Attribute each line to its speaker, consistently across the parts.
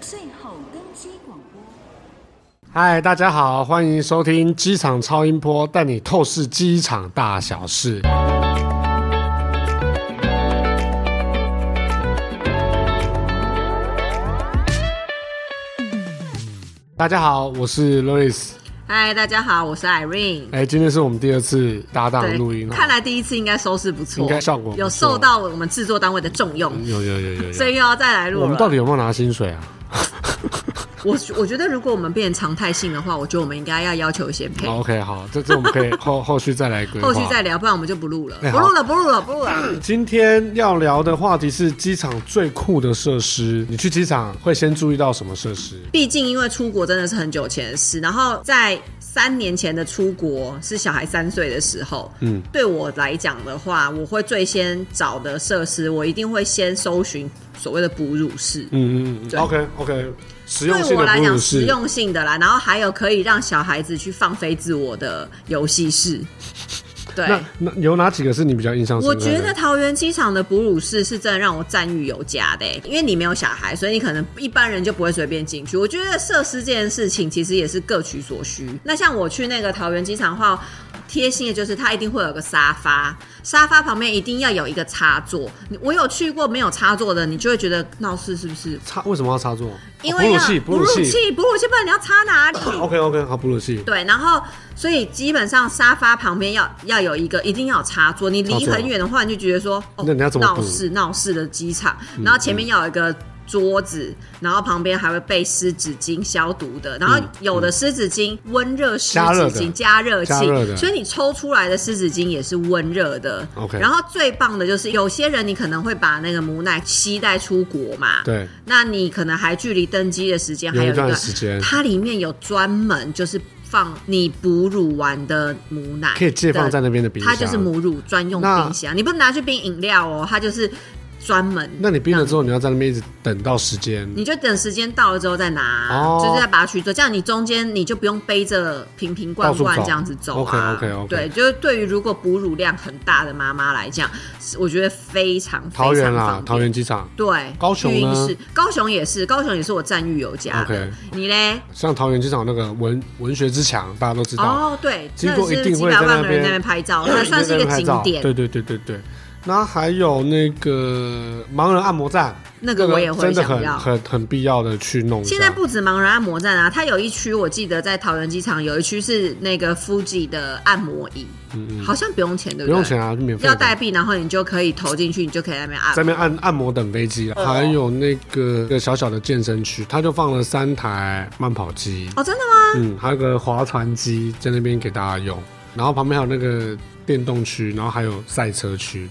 Speaker 1: 最后登机广播。
Speaker 2: 嗨，大家好，欢迎收听机场超音波，带你透视机场大小事。大家好，我是 Louis。
Speaker 3: 嗨，大家好，我是 Irene。
Speaker 2: 哎，今天是我们第二次搭档录音哦，
Speaker 3: 看来第一次应该收视不错，
Speaker 2: 应该效果不错
Speaker 3: 有受到我们制作单位的重用，
Speaker 2: 有有有有
Speaker 3: 所
Speaker 2: 有。
Speaker 3: 以又要再来录了。
Speaker 2: 我们到底有没有拿薪水啊？
Speaker 3: 我我觉得如果我们变成常态性的话，我觉得我们应该要要求一些配，
Speaker 2: 好，OK，好，哦这这我们可以后后续再来规划。
Speaker 3: 后续再聊，不然我们就不录了，
Speaker 2: 哎
Speaker 3: 不录了，不录了，不录了。
Speaker 2: 今天要聊的话题是机场最酷的设施。你去机场会先注意到什么设施？
Speaker 3: 毕竟因为出国真的是很久前的事，然后在三年前的出国是小孩三岁的时候，
Speaker 2: 嗯
Speaker 3: 嗯，对我来讲的话，我会最先找的设施，我一定会先搜寻所谓的哺乳室，
Speaker 2: 嗯嗯嗯
Speaker 3: 对
Speaker 2: ，OK OK，实用
Speaker 3: 对
Speaker 2: 性
Speaker 3: 我
Speaker 2: 的
Speaker 3: 来
Speaker 2: 哺乳
Speaker 3: 讲，实
Speaker 2: 室。
Speaker 3: 用性的啦，然后还有可以让小孩子去放飞自我的游 戏室。对，
Speaker 2: 那那有哪几个是你比较印象深
Speaker 3: 我
Speaker 2: 刻的？
Speaker 3: 觉得桃园机场的哺乳室是真的让我赞誉有加的欸、因为你没有小孩，所以你可能一般人就不会随便进去。我觉得设施这件事情其实也是各取所需。那像我去那个桃园机场的话，贴心的就是它一定会有个沙发，沙发旁边一定要有一个插座。你我有去过没有插座的，你就会觉得闹事是不是？
Speaker 2: 插为什么要插座？
Speaker 3: 因
Speaker 2: 哦
Speaker 3: 为
Speaker 2: 哺乳
Speaker 3: 要
Speaker 2: 器，哺乳器。
Speaker 3: 器，哺乳器，不然你要插哪里？
Speaker 2: OK OK，好，哺乳器。
Speaker 3: 对，然后所以基本上沙发旁边要要有一个，一定要有插座。你
Speaker 2: 插
Speaker 3: 离
Speaker 2: 座
Speaker 3: 很远的话，你就觉得说，哦，
Speaker 2: 那你要怎么
Speaker 3: 闹
Speaker 2: 补嗯
Speaker 3: 事闹事的机场，然后前面要有一个。桌子，然后旁边还会备湿纸巾消毒的，然后有的湿纸巾温热湿
Speaker 2: 加热
Speaker 3: 纸
Speaker 2: 的
Speaker 3: 巾加热
Speaker 2: 嗯加热的
Speaker 3: 器，所以你抽出来的湿纸巾也是温热的。
Speaker 2: OK
Speaker 3: 然后最棒的就是有些人你可能会把那个母奶吸带出国嘛，
Speaker 2: 对，
Speaker 3: 那你可能还距离登机的时间还
Speaker 2: 有
Speaker 3: 有
Speaker 2: 一
Speaker 3: 一
Speaker 2: 段
Speaker 3: 段
Speaker 2: 时间
Speaker 3: 它里面有专门就是放你哺乳完的母奶，
Speaker 2: 可以借放在那边的冰啊箱
Speaker 3: 它就是母乳专用
Speaker 2: 那
Speaker 3: 冰箱，你不能拿去冰饮料哦，它就是专门。
Speaker 2: 那你冰了之后，你要在那边一直等到时间。
Speaker 3: 你就等时间到了之后再拿，
Speaker 2: 哦
Speaker 3: 就是再把它取走，这样你中间你就不用背着瓶瓶罐
Speaker 2: 到
Speaker 3: 罐
Speaker 2: 处走
Speaker 3: 这样子走啊。
Speaker 2: OK，OK，OK
Speaker 3: 对，就是对于如果哺乳量很大的妈妈来讲，是我觉得非常非常
Speaker 2: 桃园啦
Speaker 3: 方，便
Speaker 2: 桃园机场，
Speaker 3: 对，
Speaker 2: 高雄呢
Speaker 3: 育婴室高雄也是，高雄也是我赞誉有加的。
Speaker 2: OK
Speaker 3: 你嘞？
Speaker 2: 像桃园机场那个文文学之墙，大家都知道。
Speaker 3: 哦，对，
Speaker 2: 经
Speaker 3: 真
Speaker 2: 过
Speaker 3: 的
Speaker 2: 一定
Speaker 3: 是几
Speaker 2: 会
Speaker 3: 百
Speaker 2: 在
Speaker 3: 万
Speaker 2: 那
Speaker 3: 个人
Speaker 2: 边
Speaker 3: 在那边拍照，那算是一个景点。
Speaker 2: 对对对对对。然后还有那个盲人按摩站，
Speaker 3: 那个我也会
Speaker 2: 真的
Speaker 3: 想
Speaker 2: 很
Speaker 3: 要
Speaker 2: 很很必要的去弄一下。
Speaker 3: 现在不止盲人按摩站啊，它有一区我记得在桃园机场有一区是那个 Fuji 的按摩椅，好像不用钱，
Speaker 2: 嗯
Speaker 3: 对
Speaker 2: 不
Speaker 3: 对？
Speaker 2: 用钱啊，免费的
Speaker 3: 要代币，然后你就可以投进去，你就可以在那边按
Speaker 2: 在。那边按按摩等飞机，啊
Speaker 3: 哦
Speaker 2: 还有那个一个小小的健身区，它就放了三台慢跑机，
Speaker 3: 哦，真的吗？
Speaker 2: 嗯，还有个划船机在那边给大家用，然后旁边还有那个电动区，然后还有赛车区，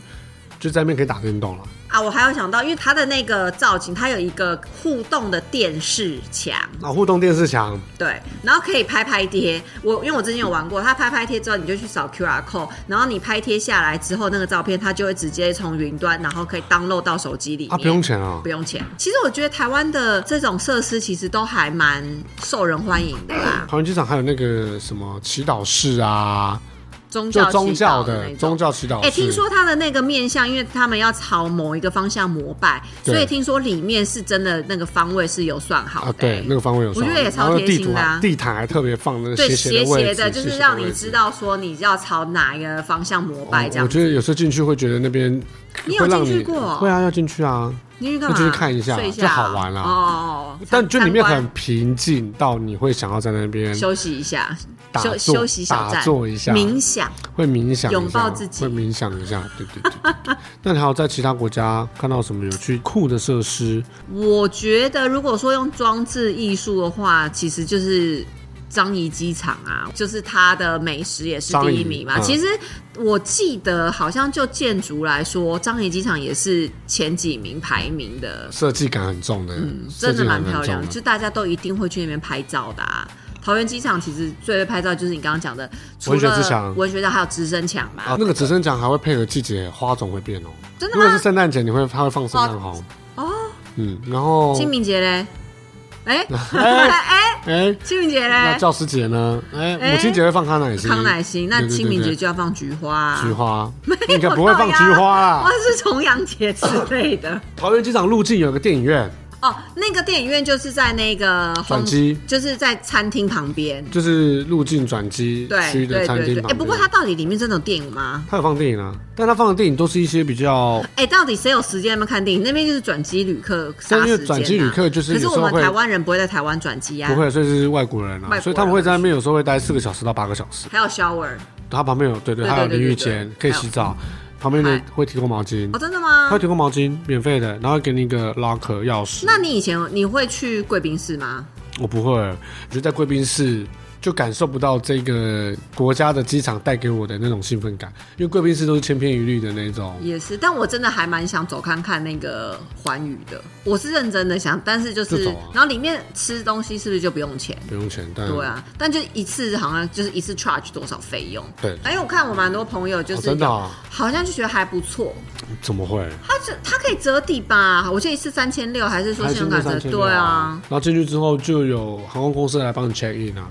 Speaker 2: 就在那边可以打电动了。
Speaker 3: 啊，我还有想到，因为它的那个造型，它有一个互动的电视墙，
Speaker 2: 啊，互动电视墙，
Speaker 3: 对，然后可以拍拍贴。我因为我之前有玩过，它拍拍贴之后，你就去扫 QR code，然后你拍贴下来之后，那个照片它就会直接从云端，然后可以 download 到手机里面。
Speaker 2: 啊，不用钱啊
Speaker 3: 不，用钱。其实我觉得台湾的这种设施其实都还蛮受人欢迎的啦，
Speaker 2: 桃园机场还有那个什么祈祷室啊，
Speaker 3: 宗
Speaker 2: 就
Speaker 3: 教
Speaker 2: 宗教的
Speaker 3: 的那
Speaker 2: 宗
Speaker 3: 种。
Speaker 2: 教祈祷
Speaker 3: 哎、
Speaker 2: 室。
Speaker 3: 听说它的那个面向，因为他们要朝某一个方向膜拜，
Speaker 2: 对
Speaker 3: 所以听说里面是真的那个方位是有算好的、
Speaker 2: 啊，对，那个方位有
Speaker 3: 哎我
Speaker 2: 上，
Speaker 3: 觉得也
Speaker 2: 然后
Speaker 3: 超贴
Speaker 2: 地图
Speaker 3: 心的
Speaker 2: 还
Speaker 3: 啊
Speaker 2: 地毯还特别放那个
Speaker 3: 对
Speaker 2: 斜
Speaker 3: 斜
Speaker 2: 的位置，
Speaker 3: 的，就
Speaker 2: 斜斜
Speaker 3: 是让
Speaker 2: 的位
Speaker 3: 你
Speaker 2: 置哦
Speaker 3: 知道说你要朝哪一个方向膜拜这
Speaker 2: 我
Speaker 3: 样子。
Speaker 2: 觉得有时候进去会觉得那边
Speaker 3: 你有
Speaker 2: 会让
Speaker 3: 进去过
Speaker 2: 会啊，要进去啊。
Speaker 3: 你去干
Speaker 2: 我
Speaker 3: 嘛？
Speaker 2: 进去看一下
Speaker 3: 睡
Speaker 2: 就
Speaker 3: 啊
Speaker 2: 好玩啦
Speaker 3: 哦，
Speaker 2: 但就里面
Speaker 3: 参观
Speaker 2: 很平静，到你会想要在那边
Speaker 3: 休息一下，
Speaker 2: 打
Speaker 3: 休
Speaker 2: 坐
Speaker 3: 休息小
Speaker 2: 打
Speaker 3: 站，
Speaker 2: 坐一下
Speaker 3: 冥想。
Speaker 2: 会冥想一下，
Speaker 3: 拥抱自己
Speaker 2: 会冥想一下。对对对对。对那你还有在其他国家看到什么有趣酷的设施？
Speaker 3: 我觉得，如果说用装置艺术的话，其实就是张仪机场啊，就是它的美食也是第一名嘛。
Speaker 2: 樟宜嗯
Speaker 3: 其实我记得，好像就建筑来说，张仪机场也是前几名排名的，
Speaker 2: 设计感很重的，设
Speaker 3: 嗯真
Speaker 2: 计
Speaker 3: 的
Speaker 2: 感
Speaker 3: 蛮
Speaker 2: 很
Speaker 3: 漂
Speaker 2: 重啊
Speaker 3: 亮，就大家都一定会去那边拍照的、啊。桃园机场其实最会拍照就是你刚刚讲的，除
Speaker 2: 文学之
Speaker 3: 了
Speaker 2: 墙
Speaker 3: 文学家还有直升墙嘛。
Speaker 2: 啊，那个直升奖还会配合季节，花种会变哦。
Speaker 3: 真的
Speaker 2: 如果是
Speaker 3: 吗？
Speaker 2: 圣诞节，你会它会放圣诞红。
Speaker 3: 啊哦，
Speaker 2: 嗯，然后
Speaker 3: 清明节嘞？哎
Speaker 2: 哎
Speaker 3: 哎，
Speaker 2: 哎，
Speaker 3: 清明节
Speaker 2: 那
Speaker 3: 嘞？
Speaker 2: 教师节呢？哎，
Speaker 3: 哎
Speaker 2: 母亲节会放康乃馨，
Speaker 3: 康乃馨，那
Speaker 2: 对对对
Speaker 3: 清明节
Speaker 2: 对
Speaker 3: 就要放菊花、啊，
Speaker 2: 菊花， 应该不会放菊花
Speaker 3: 或
Speaker 2: 啦。
Speaker 3: 是重阳节之类的
Speaker 2: 桃园机场路径有个电影院，
Speaker 3: 哦，那个电影院就是在那个
Speaker 2: 转机
Speaker 3: 就是在餐厅旁边。
Speaker 2: 就是入境转机
Speaker 3: 对
Speaker 2: 区的
Speaker 3: 对
Speaker 2: 餐
Speaker 3: 对
Speaker 2: 厅
Speaker 3: 对，
Speaker 2: 旁
Speaker 3: 哎、
Speaker 2: 边。
Speaker 3: 不过它到底里面真的有电影吗？
Speaker 2: 他有放电影啊，但他放的电影都是一些比较
Speaker 3: 哎、到底谁有时间那边看电影？那边就是转机旅客
Speaker 2: 但
Speaker 3: 杀
Speaker 2: 因为
Speaker 3: 时间、啊。
Speaker 2: 转机旅客就是
Speaker 3: 可是
Speaker 2: 有时
Speaker 3: 我
Speaker 2: 候
Speaker 3: 们
Speaker 2: 会
Speaker 3: 台湾人不会在台湾转机啊，
Speaker 2: 不会，所以是外国人
Speaker 3: 外
Speaker 2: 啊，
Speaker 3: 国人
Speaker 2: 所以他们会在那边有时候会待四个小时到八个小时。
Speaker 3: 还有 shower
Speaker 2: 他旁边有对对，
Speaker 3: 对
Speaker 2: 还有
Speaker 3: 对
Speaker 2: 淋
Speaker 3: 对
Speaker 2: 浴
Speaker 3: 对对
Speaker 2: 间可以洗澡，旁边的
Speaker 3: 嗨
Speaker 2: 会提供毛巾
Speaker 3: 哦，，真的吗
Speaker 2: 他会？提供毛巾免费的，然后给你一个 locker 钥匙。
Speaker 3: 那你以前你会去贵宾室吗？
Speaker 2: 我不会，我觉得在贵宾室就感受不到这个国家的机场带给我的那种兴奋感，因为贵宾室都是千篇一律的那种。
Speaker 3: 也是，但我真的还蛮想走看看那个环宇的，我是认真的想，但是就是，
Speaker 2: 就走啊嗯
Speaker 3: 然后里面吃东西是不是就不用钱？
Speaker 2: 不用钱，但
Speaker 3: 对啊，但就一次好像就是一次 charge 多少费用？
Speaker 2: 对
Speaker 3: 哎因为我看我蛮多朋友就
Speaker 2: 哦
Speaker 3: 是有、
Speaker 2: 真的啊
Speaker 3: 好像就觉得还不错，
Speaker 2: 怎么会？
Speaker 3: 它就它可以折抵吧？我记得一次三千六，还是说信用卡折？
Speaker 2: 3600
Speaker 3: 对啊，，
Speaker 2: 然后进去之后就有航空公司来帮你 check in 啊，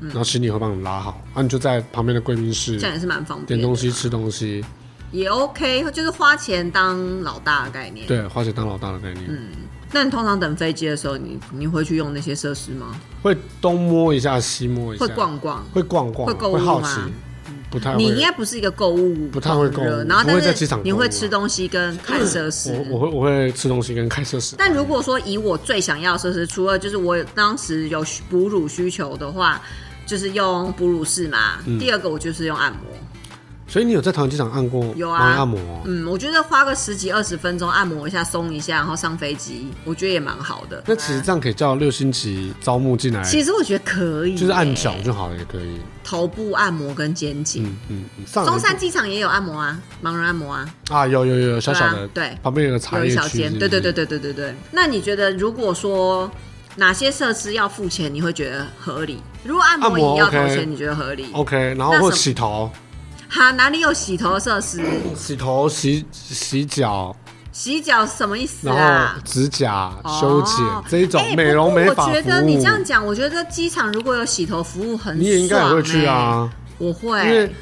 Speaker 3: 嗯
Speaker 2: 然后行李会帮你拉好，啊，你就在旁边的贵宾室
Speaker 3: 这样也是蛮方便
Speaker 2: 点
Speaker 3: 的。
Speaker 2: 东西、吃东西，
Speaker 3: 也 OK，就是花钱当老大的概念。
Speaker 2: 对，花钱当老大的概念，
Speaker 3: 嗯那你通常等飞机的时候，你你会去用那些设施吗？
Speaker 2: 会东摸一下西摸一下，
Speaker 3: 会，逛逛？
Speaker 2: 会逛逛，
Speaker 3: 会购物
Speaker 2: 会好
Speaker 3: 吗嗯
Speaker 2: 奇，不太
Speaker 3: 你应
Speaker 2: 会。
Speaker 3: 该不是一个购物，
Speaker 2: 不太会购物
Speaker 3: 然后
Speaker 2: 不会
Speaker 3: 但
Speaker 2: 在机
Speaker 3: 是
Speaker 2: 场购物啊
Speaker 3: 你会吃东西跟看设施。
Speaker 2: 我我会我会吃东西跟开设施，
Speaker 3: 嗯但如果说以我最想要的设施，除了就是我当时有需哺乳需求的话，就是用哺乳室嘛。
Speaker 2: 嗯
Speaker 3: 第二个我就是用按摩。
Speaker 2: 所以你有在桃园机场按过
Speaker 3: 有啊
Speaker 2: 帮人按摩哦？
Speaker 3: 嗯，我觉得花个十几二十分钟按摩一下，松一下，然后上飞机，我觉得也蛮好的。
Speaker 2: 那其实这样可以叫六星级招募进来，
Speaker 3: 其实嗯我觉得可以耶、
Speaker 2: 就是按脚就好了，也可以。
Speaker 3: 头部按摩跟肩颈。
Speaker 2: 嗯嗯嗯，上
Speaker 3: 松山机场也有按摩啊，盲人按摩啊，
Speaker 2: 啊，有有有小小
Speaker 3: 对
Speaker 2: 的
Speaker 3: 啊，对
Speaker 2: 旁边有个茶
Speaker 3: 有
Speaker 2: 叶
Speaker 3: 一
Speaker 2: 区
Speaker 3: 小，间
Speaker 2: 是。不
Speaker 3: 对
Speaker 2: 是
Speaker 3: 对对，对对对对。那你觉得，如果说哪些设施要付钱，你会觉得合理？如果按摩椅
Speaker 2: 按摩
Speaker 3: 要掏
Speaker 2: OK 哦
Speaker 3: 钱，你觉得合理？
Speaker 2: OK，然后
Speaker 3: 那
Speaker 2: 或
Speaker 3: 什么
Speaker 2: 洗头、
Speaker 3: 哈，哪里有洗头设施？
Speaker 2: 洗头、洗洗脚，
Speaker 3: 洗脚什么意思
Speaker 2: 然
Speaker 3: 啊
Speaker 2: 后？指甲、
Speaker 3: 哦
Speaker 2: 修剪这一种
Speaker 3: 哎
Speaker 2: 美容
Speaker 3: 不过
Speaker 2: 美发
Speaker 3: 我
Speaker 2: 服
Speaker 3: 觉得你这样
Speaker 2: 务，
Speaker 3: 讲，我觉得机场如果有洗头服务很爽、欸，欸哎
Speaker 2: 你也应该也会去。啊，
Speaker 3: 我会，
Speaker 2: 因为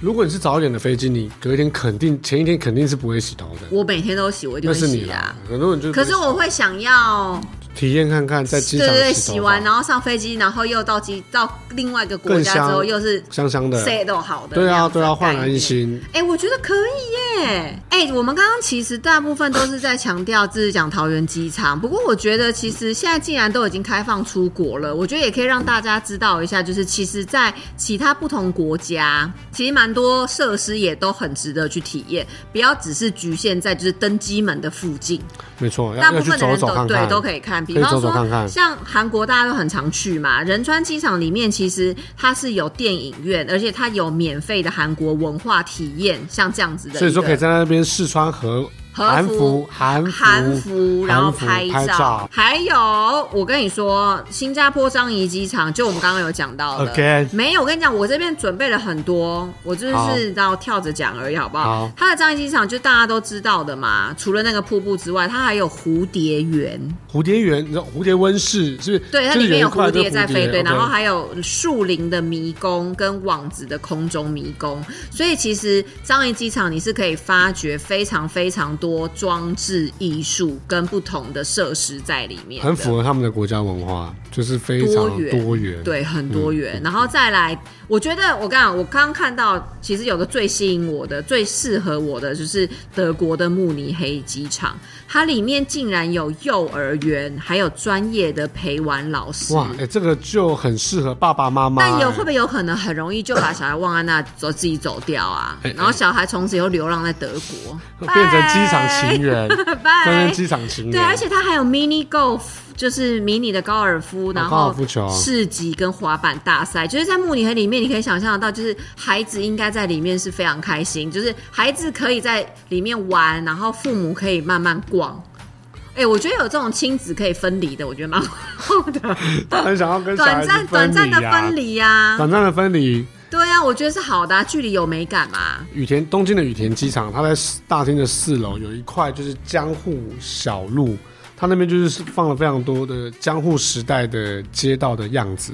Speaker 2: 如果你是早一点的飞机，你隔天肯定前一天肯定是不会洗头的，
Speaker 3: 我每天都洗，我一定
Speaker 2: 那
Speaker 3: 会
Speaker 2: 是你
Speaker 3: 洗
Speaker 2: 啦
Speaker 3: 啊。。
Speaker 2: 很多人就
Speaker 3: 可是我会想要，
Speaker 2: 体验看看在机
Speaker 3: 对
Speaker 2: 场
Speaker 3: 对对，
Speaker 2: 洗头
Speaker 3: 洗完
Speaker 2: 发
Speaker 3: 然后上飞机，然后又到机到另外一个国家之后，
Speaker 2: 更香
Speaker 3: 又是
Speaker 2: 香香的，
Speaker 3: 谁都好的那
Speaker 2: 对啊
Speaker 3: 样子
Speaker 2: 对
Speaker 3: 的概念，
Speaker 2: 啊，焕然一新。
Speaker 3: 哎、我觉得可以耶！哎、我们刚刚其实大部分都是在强调自己讲桃园机场，不过我觉得其实现在既然都已经开放出国了，我觉得也可以让大家知道一下，就是其实，在其他不同国家，其实蛮多设施也都很值得去体验，不要只是局限在就是登机门的附近，
Speaker 2: 没错，
Speaker 3: 大
Speaker 2: 要
Speaker 3: 部
Speaker 2: 要去
Speaker 3: 分的
Speaker 2: 走走
Speaker 3: 人都
Speaker 2: 看看，
Speaker 3: 对都可以看，比
Speaker 2: 可以
Speaker 3: 方说
Speaker 2: 走走看看
Speaker 3: 像韩国大家都很常去嘛，仁川机场里面其实它是有电影院，而且它有免费的韩国文化体验，像这样子的一个，
Speaker 2: 所以说可以在那边试穿和
Speaker 3: 和
Speaker 2: 韩
Speaker 3: 服
Speaker 2: 服、韩服、
Speaker 3: 韩服，然后拍
Speaker 2: 韩服照。
Speaker 3: 还有，我跟你说，新加坡樟宜机场，就我们刚刚有讲到的
Speaker 2: OK
Speaker 3: 没有，我跟你讲，我这边准备了很多，我就
Speaker 2: 好
Speaker 3: 是到跳着讲而已，好不好？
Speaker 2: 好
Speaker 3: 它的樟宜机场就大家都知道的嘛，除了那个瀑布之外，它还有蝴蝶园，
Speaker 2: 蝴蝶园，你知道蝴蝶温室是不是？
Speaker 3: 对，它
Speaker 2: 就是
Speaker 3: 里面
Speaker 2: 有
Speaker 3: 有
Speaker 2: 一块
Speaker 3: 蝴
Speaker 2: 就是
Speaker 3: 蝶在飞，对，
Speaker 2: OK
Speaker 3: 然后还有树林的迷宫跟网子的空中迷宫，所以其实樟宜机场你是可以发掘非常非常多装置艺术跟不同的设施在里面的，
Speaker 2: 很符合他们的国家文化，就是非常
Speaker 3: 多
Speaker 2: 多
Speaker 3: 元，
Speaker 2: 元。
Speaker 3: 对，很
Speaker 2: 嗯
Speaker 3: 多元。然后再来，我觉得我刚刚我刚刚看到，其实有个最吸引我的、最适合我的，就是德国的慕尼黑机场，它里面竟然有幼儿园，还有专业的陪玩老师。
Speaker 2: 哇，哎、这个就很适合爸爸妈妈、
Speaker 3: 但有
Speaker 2: 哎
Speaker 3: 会不会有可能很容易就把小孩忘在那走自己走掉啊？
Speaker 2: 哎哎
Speaker 3: 然后小孩从此又流浪在德国，
Speaker 2: 变成机场情人，
Speaker 3: 拜
Speaker 2: 变成机场情人。
Speaker 3: 哎对，而且它还有 mini golf，就是迷你的高尔夫，然
Speaker 2: 高
Speaker 3: 后
Speaker 2: 尔夫球
Speaker 3: 市集跟滑板大赛，就是在慕尼黑里面，你可以想象得到，就是孩子应该在里面是非常开心，就是孩子可以在里面玩，然后父母可以慢慢逛。哎、我觉得有这种亲子可以分离的，我觉得蛮好的，
Speaker 2: 很想要跟 小孩
Speaker 3: 短
Speaker 2: 子啊
Speaker 3: 暂短暂的分
Speaker 2: 离
Speaker 3: 离呀、
Speaker 2: 啊，短暂的分离。
Speaker 3: 对呀、我觉得是好的、啊，距离有美感嘛。
Speaker 2: 羽田东京的羽田机场，它在大厅的四楼有一块就是江户小路，它那边就是放了非常多的江户时代的街道的样子。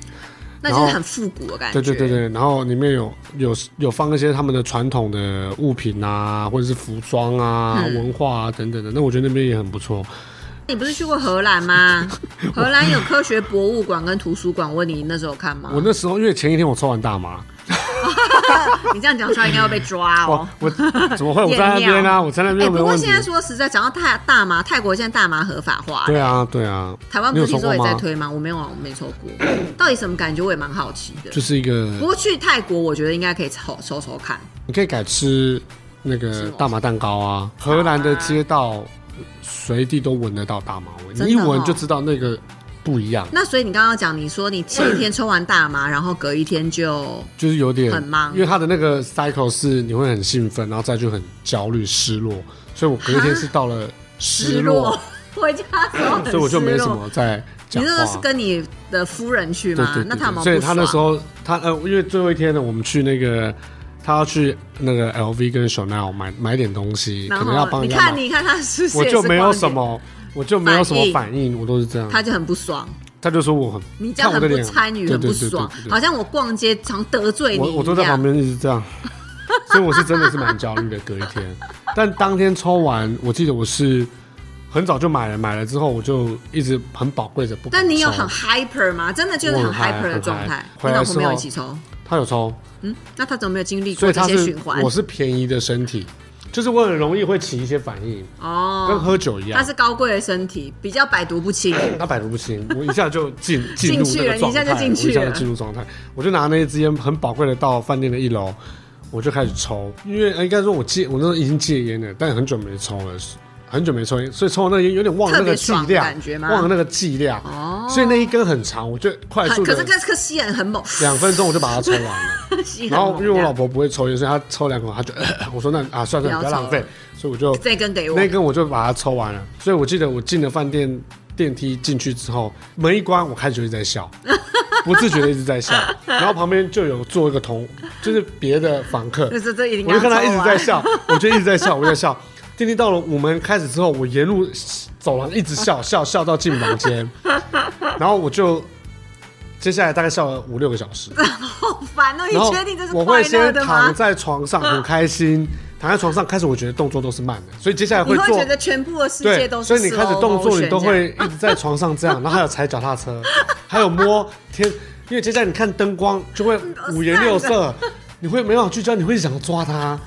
Speaker 3: 那就是很复古的感觉。
Speaker 2: 对对对对，然后里面有有有放一些他们的传统的
Speaker 3: 嗯
Speaker 2: 物品啊，或者是服装啊、文化啊等等的。那我觉得那边也很不错。
Speaker 3: 你不是去过荷 兰吗？荷兰有科学博物馆跟图书馆，我问你那时候有看吗？
Speaker 2: 我那时候因为前一天我抽完大麻，
Speaker 3: 你这样讲出来应该会被 抓
Speaker 2: 哦
Speaker 3: 哦。，
Speaker 2: 我怎么会我在那边啊？我在那
Speaker 3: 哎、
Speaker 2: 边没
Speaker 3: 不
Speaker 2: 有
Speaker 3: 过
Speaker 2: 问题
Speaker 3: 现。在说实在，讲到泰大麻，泰国现在大麻合法化，
Speaker 2: 对啊，对啊，
Speaker 3: 台湾
Speaker 2: 你
Speaker 3: 不
Speaker 2: 有
Speaker 3: 是
Speaker 2: 抽
Speaker 3: 听
Speaker 2: 过
Speaker 3: 说也在
Speaker 2: 吗？
Speaker 3: 推吗？我没有，啊，我没抽 过，到底什么感觉？我也蛮好奇的。
Speaker 2: 就是一
Speaker 3: 不
Speaker 2: 个，
Speaker 3: 过去泰国，我觉得应该可以抽抽抽看。
Speaker 2: 你可以改吃那个大麻蛋糕啊。荷兰的街道随地都闻得到大麻味，
Speaker 3: 真的
Speaker 2: 你一闻
Speaker 3: 哦
Speaker 2: 就知道那个不一样，
Speaker 3: 那所以你刚刚讲，你说你前 一天抽完大麻，然后隔一天就
Speaker 2: 就是有点
Speaker 3: 很忙
Speaker 2: 因为它的那个 cycle 是你会很兴奋，然后再就很焦虑、失落，所以我隔一天是到了失落，，
Speaker 3: 回家的时候很
Speaker 2: 所以我就没
Speaker 3: 失
Speaker 2: 什
Speaker 3: 落
Speaker 2: 么在
Speaker 3: 你
Speaker 2: 讲话。
Speaker 3: 那个是跟你的夫人去
Speaker 2: 对
Speaker 3: 吗
Speaker 2: 对？对
Speaker 3: 那他有没
Speaker 2: 对所以
Speaker 3: 有不
Speaker 2: 他那
Speaker 3: 爽
Speaker 2: 时候他呃，因为最后一天呢，我们去那个。他要去那个 LV 跟 Chanel 买买点东西，
Speaker 3: 然
Speaker 2: 可能要
Speaker 3: 后
Speaker 2: 帮
Speaker 3: 你
Speaker 2: 人家
Speaker 3: 看，
Speaker 2: 买。
Speaker 3: 你看他是不是
Speaker 2: 我
Speaker 3: 也
Speaker 2: 就是没有
Speaker 3: 光
Speaker 2: 什
Speaker 3: 点，
Speaker 2: 么，我就没有什么反应，我都是这样。
Speaker 3: 他就很不爽。
Speaker 2: 他就说我很，
Speaker 3: 你这
Speaker 2: 看
Speaker 3: 样
Speaker 2: 我
Speaker 3: 很
Speaker 2: 的
Speaker 3: 不
Speaker 2: 脸
Speaker 3: 参与，
Speaker 2: 对
Speaker 3: 很
Speaker 2: 对
Speaker 3: 不
Speaker 2: 对对
Speaker 3: 爽
Speaker 2: 对，对
Speaker 3: 好像我逛街常得罪你
Speaker 2: 我
Speaker 3: 一
Speaker 2: 我都在
Speaker 3: 样
Speaker 2: 旁。边一直这样， 所以我是真的是蛮焦虑的。隔一天，但当天抽完，我记得我是很早就买了，买了之后我就一直很宝贵着不敢抽。
Speaker 3: 但你有很 hyper 吗？真的就是
Speaker 2: 我
Speaker 3: 很
Speaker 2: 很
Speaker 3: hyper 的
Speaker 2: hyper，
Speaker 3: 状态
Speaker 2: 很。hyper
Speaker 3: 你老婆
Speaker 2: 回来之后
Speaker 3: 没有一起抽，
Speaker 2: 他有抽，
Speaker 3: 嗯，那他怎么没有经历
Speaker 2: 所
Speaker 3: 过
Speaker 2: 以
Speaker 3: 这
Speaker 2: 他
Speaker 3: 些
Speaker 2: 是
Speaker 3: 循环
Speaker 2: 我？是便宜的身体，就是我很容易会起一些反应，跟
Speaker 3: 哦，
Speaker 2: 喝酒一样。
Speaker 3: 他是高贵的身体，比较百毒不侵。
Speaker 2: 他百毒不侵，我一下就 进进入那
Speaker 3: 进去了
Speaker 2: 个
Speaker 3: 你
Speaker 2: 状
Speaker 3: 一下
Speaker 2: 态，
Speaker 3: 就进去
Speaker 2: 我
Speaker 3: 了
Speaker 2: 一下就进入状态。我就拿那一支烟很宝贵的到饭店的一楼，我就开始抽，因为呃应该说我戒，我那时候已经戒烟了，但很久没抽了，很久没抽烟，所以抽的那个烟有点忘了那
Speaker 3: 特
Speaker 2: 个
Speaker 3: 别
Speaker 2: 剂
Speaker 3: 爽的
Speaker 2: 量，
Speaker 3: 感觉吗
Speaker 2: 忘了那个剂量，
Speaker 3: 哦
Speaker 2: 所以那一根很长，我就快
Speaker 3: 很
Speaker 2: 速
Speaker 3: 可
Speaker 2: 的
Speaker 3: 是这颗吸很很猛，
Speaker 2: 两分钟我就把它抽完了。
Speaker 3: 吸很
Speaker 2: 然后
Speaker 3: 猛
Speaker 2: 因为我
Speaker 3: 这
Speaker 2: 老
Speaker 3: 样
Speaker 2: 婆不会抽烟，所以她抽两口，她就 我说那啊算了，算了
Speaker 3: 不
Speaker 2: 不要
Speaker 3: 要抽
Speaker 2: 浪费
Speaker 3: 了，
Speaker 2: 所以我就
Speaker 3: 这一根给我
Speaker 2: 那，一根我就把它抽完了。所以我记得我进了饭店电梯进去之后，门一关，我开始就一直在 笑，不自觉的一直在笑。然后旁边就有坐一个同，就是别的房客
Speaker 3: 就，是这一定
Speaker 2: 我
Speaker 3: 要
Speaker 2: 就
Speaker 3: 抽啊
Speaker 2: 看他一直在
Speaker 3: 完。
Speaker 2: 笑，我就一直在笑，我在笑。电梯到了午门开始之后，我沿路走廊一直 笑笑笑到进房间，然后我就接下来大概笑了五六个小时。
Speaker 3: 好烦哦！你
Speaker 2: 然后
Speaker 3: 确定这是
Speaker 2: 我
Speaker 3: 快
Speaker 2: 会
Speaker 3: 乐
Speaker 2: 先
Speaker 3: 的
Speaker 2: 躺
Speaker 3: 吗？嗯
Speaker 2: 在床上很开心，躺在床上开始我觉得动作都是慢的，所以接下来
Speaker 3: 你会
Speaker 2: 做
Speaker 3: 觉得全部的世界
Speaker 2: 对
Speaker 3: 都，
Speaker 2: 所
Speaker 3: 是
Speaker 2: 以你开始
Speaker 3: slow
Speaker 2: 动作
Speaker 3: motion
Speaker 2: 你都
Speaker 3: 这样
Speaker 2: 会一直在床上这 样，然后还有踩脚踏车，还有摸天，因为接下来你看灯光就会五颜六
Speaker 3: 嗯
Speaker 2: 色，你会没办法聚焦，你会想抓它，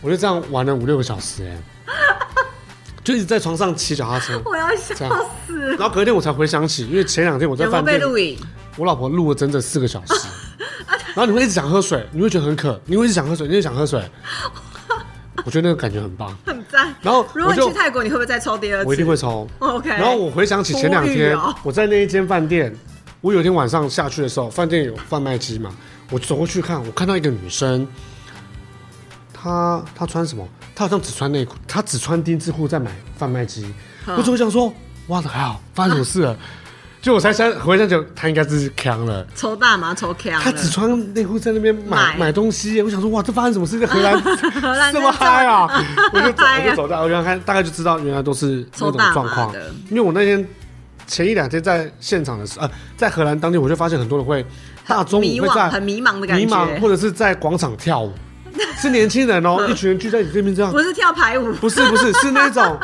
Speaker 2: 我就这样玩了五六个小时哎、就一直在床上骑脚踏 车，
Speaker 3: 我要笑
Speaker 2: 这样
Speaker 3: 死！
Speaker 2: 然后隔天我才回想起，因为前两天我在
Speaker 3: 有没有
Speaker 2: 饭
Speaker 3: 被
Speaker 2: 店
Speaker 3: 录影？
Speaker 2: 我老婆录了整整四个小 时，然后你会一直想喝水，你会觉得很渴，你会一直想喝水，你会想喝水。我觉得那个感觉很 棒，
Speaker 3: 很赞。
Speaker 2: 然后
Speaker 3: 如果你
Speaker 2: 我就
Speaker 3: 去泰国，你会不会再抽第二次？
Speaker 2: 我一定会。抽。
Speaker 3: OK。
Speaker 2: 然后我回想起前两
Speaker 3: 呼吁
Speaker 2: 天
Speaker 3: 哦
Speaker 2: 我在那一间饭店，我有一天晚上下去的时候，饭店有贩卖机嘛，我走过去看，我看到一个女生，她她穿什么？她好像只穿内裤，她只穿丁字裤在买贩卖机。我只会想说，哇，还好，发生什么事 了？就我才想回想起来，她应该是扛了。
Speaker 3: 抽大麻抽 K 啊了。
Speaker 2: 他只穿内裤在那边买
Speaker 3: 买
Speaker 2: 买东西耶，我想说哇，这发生什么事？在荷 兰
Speaker 3: 兰
Speaker 2: 这么嗨啊！我就走
Speaker 3: 嗨啊
Speaker 2: 我就 走到，我原来看大概就知道原来都是那
Speaker 3: 抽
Speaker 2: 种
Speaker 3: 大麻
Speaker 2: 状况
Speaker 3: 的。
Speaker 2: 因为我那天前一两天在现场的时候，呃，在荷兰当地，我就发现很多人会大中午
Speaker 3: 迷
Speaker 2: 会
Speaker 3: 惘，
Speaker 2: 在
Speaker 3: 很迷茫的感
Speaker 2: 迷茫，
Speaker 3: 觉。
Speaker 2: 或者是在广场跳舞，是年轻人 哦，一群人聚在你这边这样，
Speaker 3: 不是跳排舞，
Speaker 2: 不是不是，是那种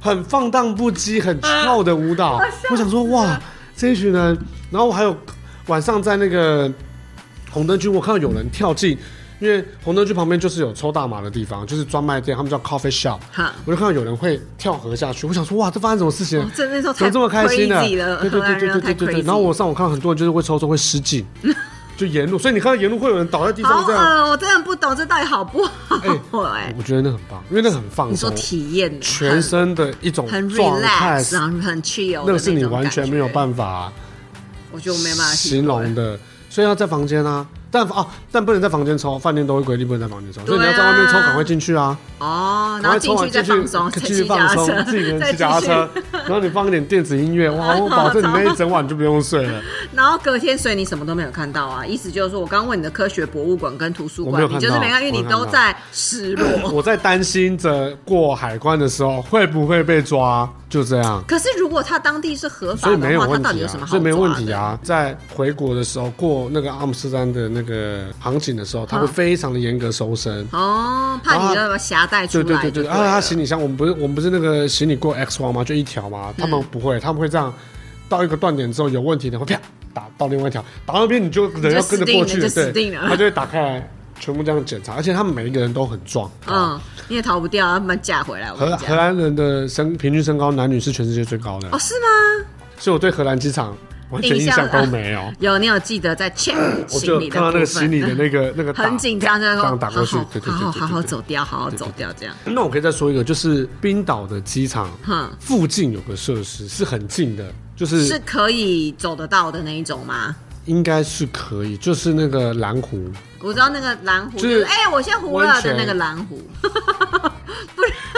Speaker 2: 很放荡不羁、很跳的舞蹈。我想说，哇，这一群人，然后我还有晚上在那个红灯区，我看到有人跳进，因为红灯区旁边就是有抽大麻的地方，就是专卖店，他们叫 coffee shop
Speaker 3: 哈。
Speaker 2: 我就看到有人会跳河下去，我想说，哇，这发生什么事情了
Speaker 3: 哦？真的那时候
Speaker 2: 怎
Speaker 3: 太
Speaker 2: 么这么开心
Speaker 3: crazy 了，
Speaker 2: 对对对对对对对对。然后我上网看到很多人就是会抽中会失 禁，就沿路，所以你看到沿路会有人倒在地
Speaker 3: 好
Speaker 2: 上这样，
Speaker 3: 恶，我真的不懂这到底好不好哎。
Speaker 2: 我觉得那很棒，因为那很放
Speaker 3: 你说
Speaker 2: 松。
Speaker 3: 体验啊
Speaker 2: 全身的一种
Speaker 3: 很很
Speaker 2: 状态，
Speaker 3: relax，然后很 chill，
Speaker 2: 那个是你完全没有
Speaker 3: 法，
Speaker 2: 办法
Speaker 3: 我觉得我没办法体会
Speaker 2: 形容。的，所以要在房间啊。但哦，但不能在房间抽，饭店都会规定不能在房间抽，所以你
Speaker 3: 对啊
Speaker 2: 要在外面抽，赶快进去啊！
Speaker 3: 哦，
Speaker 2: 赶快
Speaker 3: 然后
Speaker 2: 抽
Speaker 3: 进
Speaker 2: 完
Speaker 3: 去再
Speaker 2: 进
Speaker 3: 放松，
Speaker 2: 去
Speaker 3: 再
Speaker 2: 啊继续
Speaker 3: 骑脚
Speaker 2: 放
Speaker 3: 踏
Speaker 2: 松，
Speaker 3: 车，
Speaker 2: 自己一个人
Speaker 3: 再
Speaker 2: 骑脚踏车，然后你放一点电子音乐， 哇！我保证你那一整晚就不用睡了。
Speaker 3: 然后隔天，所以你什么都没有看到啊？意思就是说我刚问你的科学博物馆跟图书
Speaker 2: 我没有，看
Speaker 3: 馆你
Speaker 2: 到
Speaker 3: 就是没看，因为你都在失落。
Speaker 2: 我在担心着过海关的时候会不会被抓，就这样。
Speaker 3: 可是如果他当地是合法
Speaker 2: 所以没
Speaker 3: 的
Speaker 2: 有
Speaker 3: 话，他
Speaker 2: 问
Speaker 3: 到底
Speaker 2: 题
Speaker 3: 有
Speaker 2: 啊
Speaker 3: 什么，好
Speaker 2: 所以没有
Speaker 3: 抓
Speaker 2: 问
Speaker 3: 的
Speaker 2: 题。啊。在回国的时候过那个阿姆斯特丹的那那个航警的时
Speaker 3: 啊
Speaker 2: 候，他会非常的严格搜身。
Speaker 3: 哦，怕你要携带出
Speaker 2: 啊对
Speaker 3: 来
Speaker 2: 对对
Speaker 3: 就
Speaker 2: 对，
Speaker 3: 对
Speaker 2: 啊，他
Speaker 3: 了
Speaker 2: 行李箱，我们不是我们不是那个行李过 X 光吗？就一条
Speaker 3: 嗯
Speaker 2: 嘛，他们不会，他们会这样，到一个断点之后有问题的会啪打到另外一条，打到那边你就人要跟着过去，
Speaker 3: 就
Speaker 2: 对
Speaker 3: 死定了就死定，了
Speaker 2: 他就会打开来，全部这样检查，而且他们每一个人都很 壮。
Speaker 3: 嗯，你也逃不掉，他们嫁回来。我跟
Speaker 2: 荷
Speaker 3: 你
Speaker 2: 荷
Speaker 3: 讲，
Speaker 2: 兰人的身平均身高男女是全世界最高的，
Speaker 3: 哦，是吗？
Speaker 2: 所以我对荷兰机场完全印象都
Speaker 3: 啊
Speaker 2: 没有。
Speaker 3: 有，你有记得在 check
Speaker 2: 我
Speaker 3: 行
Speaker 2: 就
Speaker 3: 李的
Speaker 2: 看到那个
Speaker 3: 部分
Speaker 2: 行李的那个 那个打
Speaker 3: 很紧张，就
Speaker 2: 这
Speaker 3: 说
Speaker 2: 样打过去
Speaker 3: 好，
Speaker 2: 对对对
Speaker 3: 好好
Speaker 2: 对对
Speaker 3: 好好
Speaker 2: 对
Speaker 3: 走掉，好好走掉，这样。
Speaker 2: 那我可以再说一个，就是冰岛的机场
Speaker 3: 哼
Speaker 2: 附近有个设施是很近的，就是
Speaker 3: 是可以走得到的那一种吗？
Speaker 2: 应该是可以，就是那个蓝湖，
Speaker 3: 我知道那个蓝湖，
Speaker 2: 就
Speaker 3: 就是是哎、我先糊了
Speaker 2: 温泉
Speaker 3: 的那个蓝湖，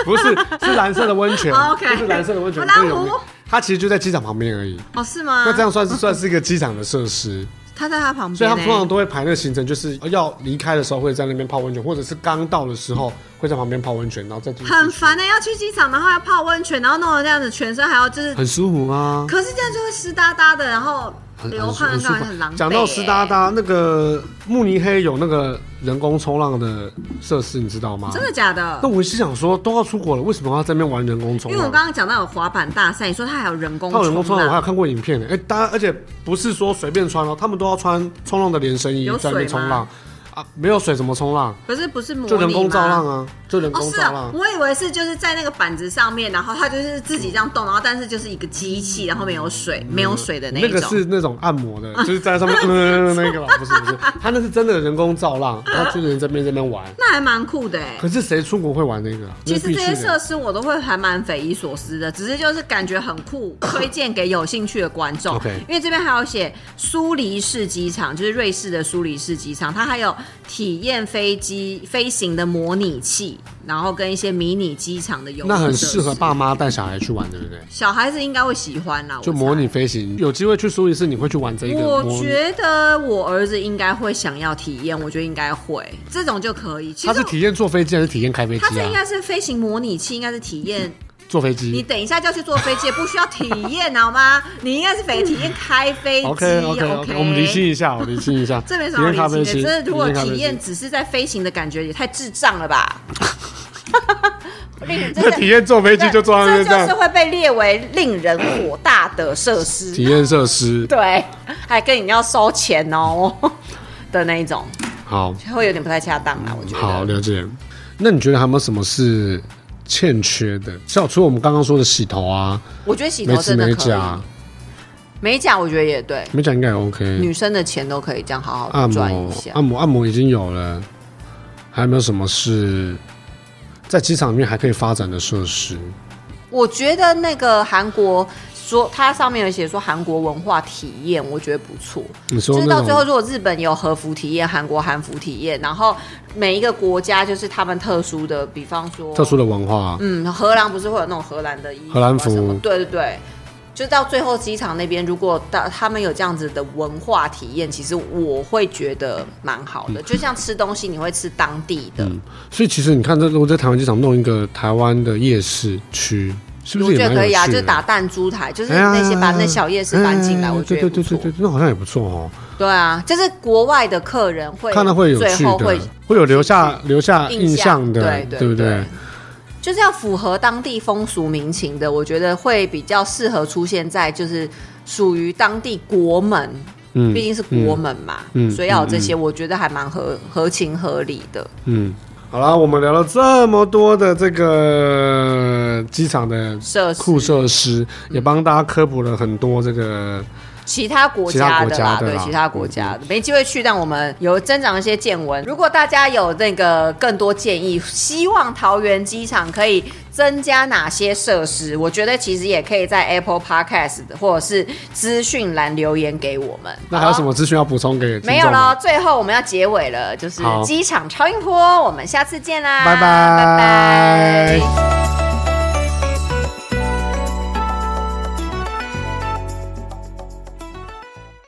Speaker 2: 不是是蓝色的温 泉
Speaker 3: 哦 OK
Speaker 2: 就是蓝色的温泉，
Speaker 3: 蓝湖
Speaker 2: 最有名它其实就在机场旁边而已。
Speaker 3: 哦，是吗？
Speaker 2: 那这样算是算是一个机场的设 施，
Speaker 3: 他在他旁边、欸，
Speaker 2: 所以他们通常都会排那个行程，就是要离开的时候会在那边泡温泉，或者是刚到的时候会在旁边泡温泉，然后再进去
Speaker 3: 很烦的、欸要去机场，然后要泡温泉，然后弄得这样子，全身还 要就是，
Speaker 2: 很舒服啊。
Speaker 3: 可是这样就会湿哒哒的，然后
Speaker 2: 很
Speaker 3: 流
Speaker 2: 很
Speaker 3: 汗
Speaker 2: 很舒
Speaker 3: 让
Speaker 2: 服
Speaker 3: 人很狼狈、欸。
Speaker 2: 讲到湿哒，哒，那个慕尼黑有那个人工冲浪的设施，你知道吗？
Speaker 3: 真的假的
Speaker 2: 那？我是想说，都要啊出国了，为什么要在那边玩人工冲
Speaker 3: 因
Speaker 2: 浪？
Speaker 3: 为我刚刚讲到有滑板大赛，你说它还有人工啊
Speaker 2: 他有人工冲浪，我还有
Speaker 3: 浪，
Speaker 2: 看过影片呢。哎、大家而且不是说随便穿哦，他们都要穿冲浪的连身衣
Speaker 3: 有
Speaker 2: 在那边
Speaker 3: 水
Speaker 2: 冲
Speaker 3: 吗
Speaker 2: 浪啊，没有水怎么冲浪？
Speaker 3: 可是不是模拟
Speaker 2: 就人工
Speaker 3: 吗
Speaker 2: 造浪啊，就人
Speaker 3: 哦，
Speaker 2: 工
Speaker 3: 是
Speaker 2: 造
Speaker 3: 啊
Speaker 2: 浪。，
Speaker 3: 我以为是就是在那个板子上面，然后它就是自己这样动，然后但是就是一个机器，然后没有水，没有水的一
Speaker 2: 那
Speaker 3: 种。
Speaker 2: 个是那种按摩的，就是在 上面嗯那个啦，不是不是，他那是真的人工造浪，然后就人这边这边玩。
Speaker 3: 那还蛮酷的哎、
Speaker 2: 可是谁出国会玩那个啊？
Speaker 3: 其实这些
Speaker 2: 那是必须的
Speaker 3: 设施我都会还蛮匪夷所思的，只是就是感觉很 酷，推荐给有兴趣的观众。
Speaker 2: OK
Speaker 3: 因为这边还有写苏黎世机场，就是瑞士的苏黎世机场，它还有体验飞机飞行的模拟器，然后跟一些迷你机场的游乐
Speaker 2: 那很
Speaker 3: 设
Speaker 2: 适合
Speaker 3: 施
Speaker 2: 爸妈带小孩去玩，对不对？
Speaker 3: 小孩子应该会喜欢啦。
Speaker 2: 就
Speaker 3: 我猜
Speaker 2: 模拟飞行，有机会去苏黎世，你会去玩这一个模
Speaker 3: 我
Speaker 2: 拟？
Speaker 3: 觉得我儿子应该会想要体验，我觉得应该会，这种就可以。其
Speaker 2: 他
Speaker 3: 实
Speaker 2: 是体验坐飞机还是体验开飞
Speaker 3: 他
Speaker 2: 机
Speaker 3: 这应
Speaker 2: 啊？
Speaker 3: 该是飞行模拟器，应该是体 验。
Speaker 2: 坐飞
Speaker 3: 你
Speaker 2: 机。
Speaker 3: 等一下就要去坐飞机，不需要体验好吗？你应该是得体验开 飞机。
Speaker 2: OK OK OK，我们理清一下，我理清一下。
Speaker 3: 这边什
Speaker 2: 体
Speaker 3: 么
Speaker 2: 验咖
Speaker 3: 好
Speaker 2: 啡
Speaker 3: 理性
Speaker 2: 机，
Speaker 3: 的？真的，如果
Speaker 2: 体验咖啡
Speaker 3: 体
Speaker 2: 机
Speaker 3: 验只是在飞行的感觉，也太智障 了吧！令人真
Speaker 2: 那
Speaker 3: 的
Speaker 2: 体验坐飞机就坐在那边这
Speaker 3: 就是
Speaker 2: 样。
Speaker 3: 会被列为令人火大的设 施。
Speaker 2: 体验设施，
Speaker 3: 对，还跟你要收钱哦 的那一种，
Speaker 2: 好
Speaker 3: 会有点不太恰当啊，我觉得。
Speaker 2: 好了解。那你觉得还有没有什么是欠缺的？像除了我们刚刚说的洗头啊，
Speaker 3: 我觉得洗
Speaker 2: 美
Speaker 3: 头
Speaker 2: 指
Speaker 3: 真的
Speaker 2: 美
Speaker 3: 可以，
Speaker 2: 甲，
Speaker 3: 美甲我觉得也对，
Speaker 2: 美甲应该也 OK。
Speaker 3: 女生的钱都可以这样好好
Speaker 2: 嗯按
Speaker 3: 地
Speaker 2: 摩
Speaker 3: 赚一下，。
Speaker 2: 按摩，按摩已经有了，还有没有什么是在机场里面还可以发展的设施？
Speaker 3: 我觉得那个韩国说，它上面有写说韩国文化体验，我觉得不错。
Speaker 2: 你
Speaker 3: 就
Speaker 2: 说
Speaker 3: 是
Speaker 2: 那
Speaker 3: 到最后，
Speaker 2: 种
Speaker 3: 如果日本有和服体验，韩国韩服体验，然后每一个国家就是他们特殊的，比方说
Speaker 2: 特殊的文化，
Speaker 3: 嗯，荷兰不是会有那种荷兰的衣服啊
Speaker 2: 荷兰服
Speaker 3: 什么对对对，就到最后机场那边，如果到他们有这样子的文化体验，其实我会觉得蛮好
Speaker 2: 嗯
Speaker 3: 的。就像吃东西，你会吃当地的，
Speaker 2: 所以其实你看，这如果在台湾机场弄一个台湾的夜市区，是不
Speaker 3: 我
Speaker 2: 是
Speaker 3: 觉
Speaker 2: 也蛮
Speaker 3: 得
Speaker 2: 有
Speaker 3: 可
Speaker 2: 趣
Speaker 3: 以
Speaker 2: 的？
Speaker 3: 啊，就打弹珠台，就是
Speaker 2: 哎呀
Speaker 3: 那些把那小夜市搬进来，
Speaker 2: 哎
Speaker 3: 我觉得
Speaker 2: 对
Speaker 3: 也
Speaker 2: 对
Speaker 3: 不
Speaker 2: 对
Speaker 3: 错
Speaker 2: 对。对，那好像也不错哦。
Speaker 3: 对啊，就是国外的客人会
Speaker 2: 看了会有趣
Speaker 3: 最后
Speaker 2: 的，
Speaker 3: 会
Speaker 2: 会有留下留下啊印象的，
Speaker 3: 对
Speaker 2: 不对？
Speaker 3: 对？就是要符合当地风俗民情的，我觉得会比较适合出现在就是属于当地国门，
Speaker 2: 嗯
Speaker 3: 毕竟是国门嘛，
Speaker 2: 嗯
Speaker 3: 所以要有这些，我觉得还蛮合合情合理的。
Speaker 2: 嗯，好啦，我们聊了这么多的这个机场的
Speaker 3: 设施
Speaker 2: 酷设施，也帮大家科普了很多这个。
Speaker 3: 其他国家
Speaker 2: 其他国
Speaker 3: 的啦，
Speaker 2: 家的啦嗯
Speaker 3: 对其他国家的没机会去，但我们有增长一些见闻。如果大家有那个更多建议，希望桃园机场可以增加哪些设施，我觉得其实也可以在 Apple Podcast 或者是资讯栏留言给我们。
Speaker 2: 那还有什
Speaker 3: 好啊
Speaker 2: 么资讯要补充给
Speaker 3: 不好？没有
Speaker 2: 了
Speaker 3: 了，，最后我们要结尾了，就是
Speaker 2: 好
Speaker 3: 机场超音波，我们下次见啦，
Speaker 2: 拜拜
Speaker 3: 拜拜